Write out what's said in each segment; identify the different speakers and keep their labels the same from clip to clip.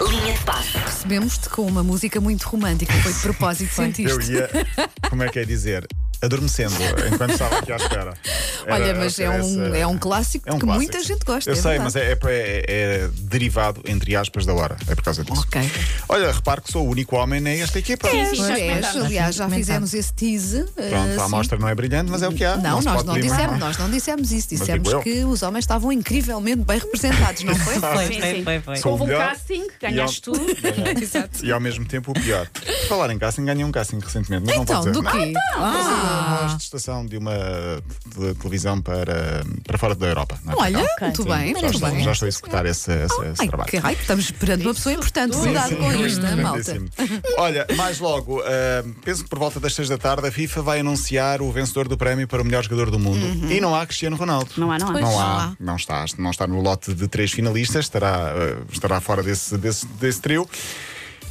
Speaker 1: Linha de passe.
Speaker 2: Recebemos-te com uma música muito romântica, foi de propósito,
Speaker 3: Eu
Speaker 2: sentiste.
Speaker 3: ia, como é que é dizer? Adormecendo enquanto estava aqui à espera. Era-
Speaker 2: Olha, mas é
Speaker 3: era
Speaker 2: um,
Speaker 3: essa-
Speaker 2: é um clássico
Speaker 3: é um
Speaker 2: que
Speaker 3: clássico,
Speaker 2: muita
Speaker 3: sim.
Speaker 2: gente gosta.
Speaker 3: Eu
Speaker 2: é
Speaker 3: sei,
Speaker 2: verdade.
Speaker 3: mas é, é- é- é derivado, entre aspas, da hora. É por causa disso.
Speaker 2: Ok. É.
Speaker 3: Olha, repare que sou o único homem nesta equipa.
Speaker 2: Pois
Speaker 4: já
Speaker 2: és,
Speaker 4: comentámos.
Speaker 2: aliás, já
Speaker 4: Comentámos.
Speaker 2: fizemos esse tease. eh,
Speaker 3: Pronto, a
Speaker 2: assim.
Speaker 3: amostra não é brilhante, mas é o que há.
Speaker 2: Não,
Speaker 3: se
Speaker 2: nós
Speaker 3: pode
Speaker 2: não
Speaker 3: pedir mais.
Speaker 2: dissemos, nós não dissemos isso. Dissemos
Speaker 3: digo eu.
Speaker 2: que os homens estavam incrivelmente bem representados, não foi?
Speaker 4: Foi,
Speaker 5: Sim,
Speaker 4: foi,
Speaker 5: sim.
Speaker 4: foi, foi.
Speaker 3: Sou o
Speaker 5: Houve um
Speaker 3: melhor
Speaker 5: casting,
Speaker 3: e
Speaker 5: ganhaste
Speaker 3: ao-
Speaker 5: tu.
Speaker 2: Exato.
Speaker 3: E ao mesmo tempo o pior. Por falar em casting, ganhei um casting recentemente. Mas não
Speaker 2: Então,
Speaker 3: vou dizer.
Speaker 2: do quê?
Speaker 3: Não, uma estação de uma de televisão para, para fora da Europa. não é?
Speaker 2: Olha,
Speaker 3: Então,
Speaker 2: muito
Speaker 3: sim,
Speaker 2: bem,
Speaker 3: já
Speaker 2: muito
Speaker 3: estou,
Speaker 2: bem.
Speaker 3: já estou a executar esse, esse- esse
Speaker 2: Ai,
Speaker 3: trabalho.
Speaker 2: que raio, estamos perante uma pessoa importante.
Speaker 3: Sim,
Speaker 2: Cuidado
Speaker 3: sim,
Speaker 2: com
Speaker 3: sim,
Speaker 2: isto, né, malta.
Speaker 3: importantíssimo. Olha, mais logo, ah, penso que por volta das 6 da tarde a FIFA vai anunciar o vencedor do prémio para o melhor jogador do mundo. E não há Cristiano Ronaldo.
Speaker 5: Não há, não há.
Speaker 2: Pois
Speaker 3: Não
Speaker 2: Uhum. não
Speaker 3: há,
Speaker 2: há.
Speaker 3: não está, não está no lote de três finalistas, estará, ah, estará fora desse, desse, desse trio.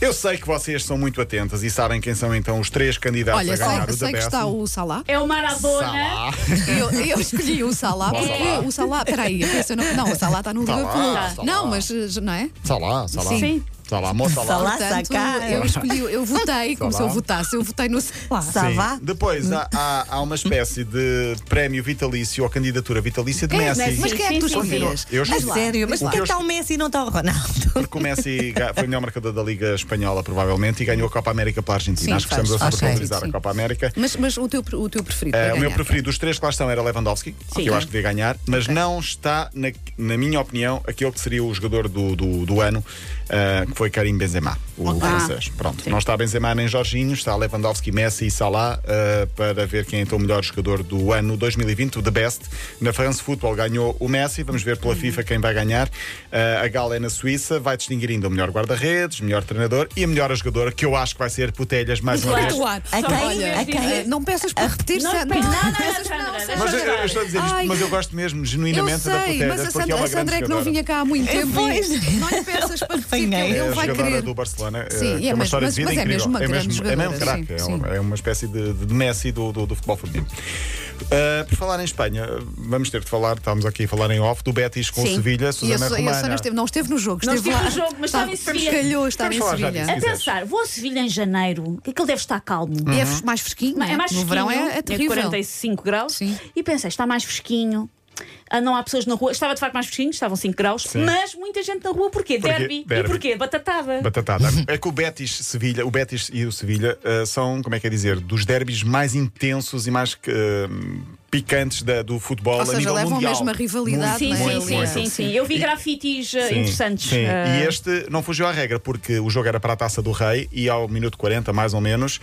Speaker 3: Eu sei que vocês são muito atentas e sabem quem são então os três candidatos
Speaker 2: Olha,
Speaker 3: a ganhar
Speaker 2: sei,
Speaker 3: o da
Speaker 2: sei que
Speaker 3: Best. Tá
Speaker 2: está o Salah.
Speaker 5: É o Maradona.
Speaker 3: Salah.
Speaker 2: Eu, eu escolhi o Salah
Speaker 3: Bom,
Speaker 2: porque
Speaker 3: Salah.
Speaker 2: o Salah, peraí, eu penso, não, não, o Salah está no
Speaker 3: Salah,
Speaker 2: Liverpool.
Speaker 3: Salah.
Speaker 2: Não, mas eh, não é?
Speaker 3: Salá, Salá.
Speaker 2: Sim.
Speaker 5: Sim.
Speaker 3: Salá, Mo Salá.
Speaker 5: Tá
Speaker 4: Salá. Ah,
Speaker 2: Portanto,
Speaker 4: sacar.
Speaker 2: eu escolhi, eu votei, como se eu
Speaker 3: Salah.
Speaker 2: votasse, eu votei no Salah.
Speaker 4: Savá?
Speaker 3: Depois há, há- há uma espécie de prémio vitalício ou candidatura vitalícia de
Speaker 2: É,
Speaker 3: Messi.
Speaker 2: Mas quem é que tu
Speaker 5: Sim, sim, sim.
Speaker 2: escolhias?
Speaker 3: Eu
Speaker 4: A
Speaker 3: escolhi-
Speaker 2: lá,
Speaker 4: sério, mas
Speaker 2: diz lá.
Speaker 4: porquê que está o Messi e não está o Ronaldo?
Speaker 3: Porque o Messi ga- foi o melhor marcador da Liga Espanhola, provavelmente, e ganhou a Copa América pela Argentina.
Speaker 2: Sim,
Speaker 3: Acho que estamos a
Speaker 2: faz- faz
Speaker 3: sobrevalorizar
Speaker 2: sentido,
Speaker 3: a
Speaker 2: sim.
Speaker 3: Copa América.
Speaker 2: Mas, mas o, teu, o teu preferido?
Speaker 3: Eh,
Speaker 2: para
Speaker 3: o meu
Speaker 2: ganhar?
Speaker 3: preferido dos três que lá estão era Lewandowski, que eu acho que devia ganhar, mas não está, na, na minha opinião, aquele que seria o jogador do, do, do ano, eh, que foi Karim Benzema, o francês. Pronto, não está Benzema nem Jorginho, está Lewandowski, Messi e Salah, eh, para ver quem é então o melhor jogador do ano 2020, o The Best. Na France Football ganhou o Messi, vamos ver pela FIFA quem vai ganhar. Eh, a gala é na Suíça, vai distinguir ainda o melhor guarda-redes, melhor treinador e a melhor jogadora, que eu acho que vai ser Putelhas mais uma vez.
Speaker 2: Muito ar.
Speaker 4: A quem?
Speaker 2: Olha,
Speaker 4: A quem?
Speaker 2: eh, Não peças para repetir,
Speaker 5: Não,
Speaker 2: Sandra.
Speaker 5: não, não, não,
Speaker 2: peças
Speaker 5: Sandra,
Speaker 2: não,
Speaker 5: não.
Speaker 2: Sandra.
Speaker 3: Mas eu, eu estou a dizer isto,
Speaker 2: Ai.
Speaker 3: mas eu gosto mesmo
Speaker 2: Eu
Speaker 3: genuinamente da
Speaker 2: sei,
Speaker 3: Putelhas,
Speaker 2: mas a
Speaker 3: porque
Speaker 2: Sandra,
Speaker 3: é uma
Speaker 2: a Sandra é
Speaker 3: grande
Speaker 2: que não
Speaker 3: jogadora.
Speaker 2: vinha cá há muito tempo.
Speaker 4: pois.
Speaker 2: e Não lhe peças para repetir, que
Speaker 4: Apanhei.
Speaker 2: ele, ele
Speaker 3: É a
Speaker 2: vai
Speaker 3: jogadora
Speaker 2: querer.
Speaker 3: do Barcelona.
Speaker 2: Sim,
Speaker 3: eh,
Speaker 2: é,
Speaker 3: tem uma
Speaker 2: mas-
Speaker 3: história de vida
Speaker 2: mas é
Speaker 3: incrível.
Speaker 2: mesmo uma
Speaker 3: é
Speaker 2: grande
Speaker 3: mesmo, é mesmo
Speaker 2: jogadora,
Speaker 3: craque.
Speaker 2: sim,
Speaker 3: é, um-
Speaker 2: sim.
Speaker 3: é uma espécie de, de Messi do, do, do futebol feminino. Eh, por falar em Espanha, vamos ter de falar, estávamos aqui a falar em off, do Betis com o
Speaker 4: Sim.
Speaker 3: Sevilha,
Speaker 2: E a,
Speaker 3: Susana
Speaker 2: Su- e a Sona
Speaker 3: Romana.
Speaker 2: esteve, não esteve no jogo,
Speaker 5: Não
Speaker 2: esteve lá.
Speaker 5: esteve no jogo, mas estava em Sevilha.
Speaker 2: Calhou estar em
Speaker 3: Vamos falar já
Speaker 2: Sevilha.
Speaker 3: disso.
Speaker 5: A É pensar, vou a Sevilha em janeiro, que aquilo deve estar calmo.
Speaker 2: É f- mais fresquinho,
Speaker 5: É mais
Speaker 2: no
Speaker 5: fresquinho,
Speaker 2: verão é, é terrível.
Speaker 5: 45 graus.
Speaker 2: Sim.
Speaker 5: E pensei, está mais fresquinho. Ah, não há pessoas na rua. Estava de facto mais fresquinho, estavam 5 graus, mas muita gente na rua. Porquê?
Speaker 3: Porque-
Speaker 5: derby.
Speaker 3: derby.
Speaker 5: E porquê? Batatada.
Speaker 3: Batatada. É que o Betis Sevilha, o Betis e o Sevilha eh, são, como é que é dizer, dos derbys mais intensos e mais eh, picantes da- do futebol
Speaker 2: Ou
Speaker 3: a
Speaker 2: seja,
Speaker 3: nível
Speaker 2: levam
Speaker 3: mundial.
Speaker 2: mesmo a rivalidade,
Speaker 5: Sim,
Speaker 2: não é?
Speaker 5: sim,
Speaker 2: Muito,
Speaker 5: sim,
Speaker 2: muito.
Speaker 5: sim, sim. Eu vi grafites ah,
Speaker 3: Sim,
Speaker 5: interessantes.
Speaker 3: sim.
Speaker 5: ah,
Speaker 2: eh,
Speaker 3: E este não fugiu à regra, porque o jogo era para a taça do Rei e ao minuto 40, mais ou menos.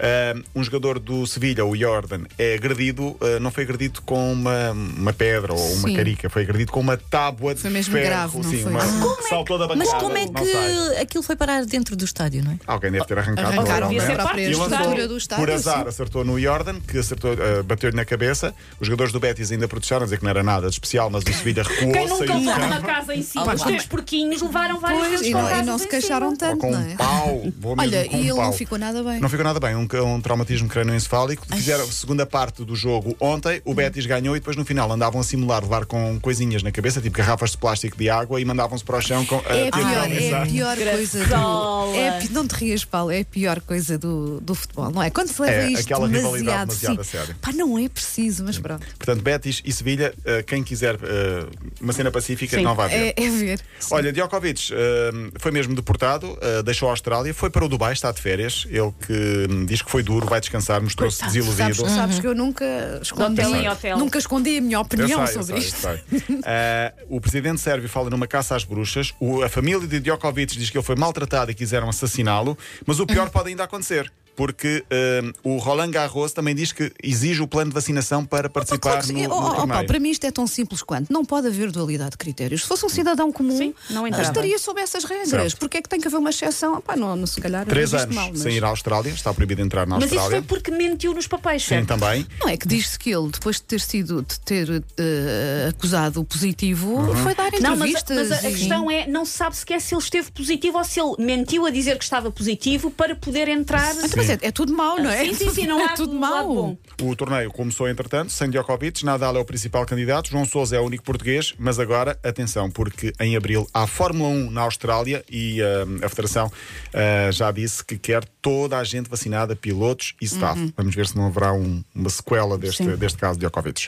Speaker 3: ah, um jogador do Sevilha, o Jordan, é agredido, ah, não foi agredido com uma, uma pedra ou uma
Speaker 2: Sim.
Speaker 3: carica, foi agredido com uma tábua de
Speaker 2: Foi mesmo
Speaker 3: ferro,
Speaker 2: grave, não
Speaker 3: sim,
Speaker 2: foi?
Speaker 3: uma-
Speaker 2: Ah,
Speaker 3: que saltou da
Speaker 4: Mas
Speaker 3: bancada.
Speaker 4: como é
Speaker 3: não sei.
Speaker 4: que aquilo foi parar dentro do estádio, não é?
Speaker 3: Alguém deve ter arrancado
Speaker 2: Arrancaram
Speaker 3: provavelmente.
Speaker 2: da própria
Speaker 5: E lançou
Speaker 2: estrutura do estádio.
Speaker 3: Por azar,
Speaker 2: sim.
Speaker 3: acertou no Jordan, que acertou, eh, bateu-lhe na cabeça. Os jogadores do Betis ainda protestaram, a dizer que não era nada de especial, mas o Sevilha recuou,
Speaker 5: Quem
Speaker 3: saiu
Speaker 5: nunca
Speaker 3: do
Speaker 5: levou
Speaker 3: campo.
Speaker 5: uma casa em cima? Os teus porquinhos levaram várias
Speaker 2: Pois,
Speaker 5: vezes
Speaker 2: e
Speaker 5: com
Speaker 2: não, e
Speaker 5: casas
Speaker 2: não
Speaker 5: em
Speaker 2: se
Speaker 5: cima.
Speaker 2: queixaram
Speaker 3: Ou
Speaker 2: tanto,
Speaker 3: com
Speaker 2: não
Speaker 3: um
Speaker 2: é?
Speaker 3: pau. Vou mesmo
Speaker 2: Olha,
Speaker 3: com
Speaker 2: e
Speaker 3: um
Speaker 2: ele
Speaker 3: pau.
Speaker 2: não ficou nada bem.
Speaker 3: Não ficou nada bem, um, um traumatismo crânioencefálico. Fizeram a segunda parte do jogo ontem,
Speaker 2: Hum.
Speaker 3: o Betis ganhou e depois no final andavam a simular levar com coisinhas na cabeça, tipo garrafas de plástico de água e mandavam-se para o chão com eh, tipo, a
Speaker 2: É a
Speaker 3: tentar
Speaker 2: pior, é a
Speaker 3: avisar.
Speaker 2: pior coisa do.
Speaker 5: Graçola.
Speaker 2: É a pi- não te rias, Paulo, é a pior coisa do, do futebol, não é? Quando se leva
Speaker 3: É,
Speaker 2: isto
Speaker 3: aquela rivalidade
Speaker 2: demasiado,
Speaker 3: demasiado a
Speaker 2: sim.
Speaker 3: sério. Hum.
Speaker 2: Pá, não é preciso, mas pronto.
Speaker 3: Portanto, Betis e Sevilha, eh, quem quiser eh, uma cena pacífica não vai ver.
Speaker 2: É, é ver. Sim.
Speaker 3: Olha, Djokovic eh, foi mesmo deportado, eh, deixou a Austrália, foi para o Dubai, está de férias. Ele que hum, diz que foi duro, vai descansar, mostrou-se
Speaker 2: Sabes-
Speaker 3: desiludido.
Speaker 2: Sabes, sabes que eu nunca escondi,
Speaker 5: Hotel em hotel.
Speaker 2: nunca escondi a minha opinião
Speaker 3: Eu sei, eu
Speaker 2: sobre
Speaker 3: sei,
Speaker 2: isto.
Speaker 3: eu sei. Eh, o presidente sérvio fala numa caça às bruxas. O- a família de Djokovic diz que ele foi maltratado e quiseram assassiná-lo. Mas o
Speaker 2: Uhum.
Speaker 3: pior pode ainda acontecer. Porque eh, o Roland Garros também diz que exige o plano de vacinação para participar
Speaker 2: Claro que
Speaker 3: no,
Speaker 2: sim.
Speaker 3: no
Speaker 2: Oh, oh, oh, Paulo,
Speaker 3: torneio.
Speaker 2: para mim isto é tão simples quanto. Não pode haver dualidade de critérios. Se fosse um cidadão comum,
Speaker 5: Sim, não entrava.
Speaker 2: estaria sob essas regras.
Speaker 3: Certo.
Speaker 2: Porque é que tem que haver uma exceção? Ah, pá, não, não, se calhar
Speaker 3: Três
Speaker 2: registe
Speaker 3: anos
Speaker 2: mal, mas-
Speaker 3: sem ir à Austrália, está proibido entrar na
Speaker 5: Mas isso
Speaker 3: Austrália.
Speaker 5: foi porque mentiu nos papéis,
Speaker 3: Sim,
Speaker 5: certo?
Speaker 3: também.
Speaker 2: Não é que diz-se que ele, depois de ter sido, de ter eh, acusado o positivo,
Speaker 3: Uhum.
Speaker 2: foi dar
Speaker 5: Não, mas, a-
Speaker 2: entrevistas.
Speaker 5: mas a, a
Speaker 2: É, e-
Speaker 5: questão é, não se sabe sequer se ele esteve positivo ou se ele mentiu a dizer que estava positivo para poder entrar.
Speaker 2: Então, mas Pois é, é tudo mau, não é?
Speaker 5: Sim, sim, sim, não há
Speaker 2: é tudo
Speaker 5: um lado
Speaker 2: mau.
Speaker 5: bom.
Speaker 3: O torneio começou entretanto, sem Djokovic, Nadal é o principal candidato, João Sousa é o único português, mas agora, atenção, porque em abril há Fórmula 1 na Austrália e hum, a Federação ah, já disse que quer toda a gente vacinada, pilotos e staff. Vamos ver se não haverá um- uma sequela deste,
Speaker 2: Sim.
Speaker 3: deste caso de Djokovic.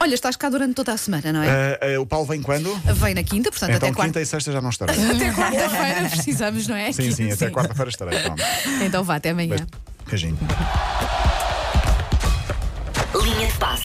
Speaker 2: Olha, estás cá durante toda a semana, não é?
Speaker 3: Ah, ah, o Paulo vem quando?
Speaker 2: Vem na quinta, portanto,
Speaker 3: Então,
Speaker 2: até quarta.
Speaker 3: quinta e sexta já não estarei.
Speaker 5: Uhum.
Speaker 2: Até quarta-feira precisamos, não é?
Speaker 3: Sim, sim, até quarta-feira estarei. Então,
Speaker 2: Então vá, até amanhã.
Speaker 3: Beijinho.
Speaker 1: Linha de passe.